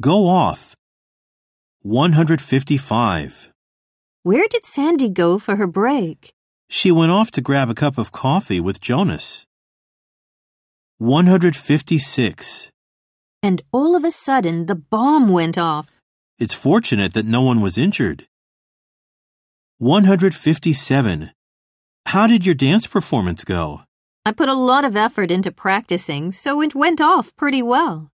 Go off. 155. Where did Sandy go for her break? She went off to grab a cup of coffee with Jonas. 156. And all of a sudden, the bomb went off. It's fortunate that no one was injured. 157. How did your dance performance go? I put a lot of effort into practicing, so it went off pretty well.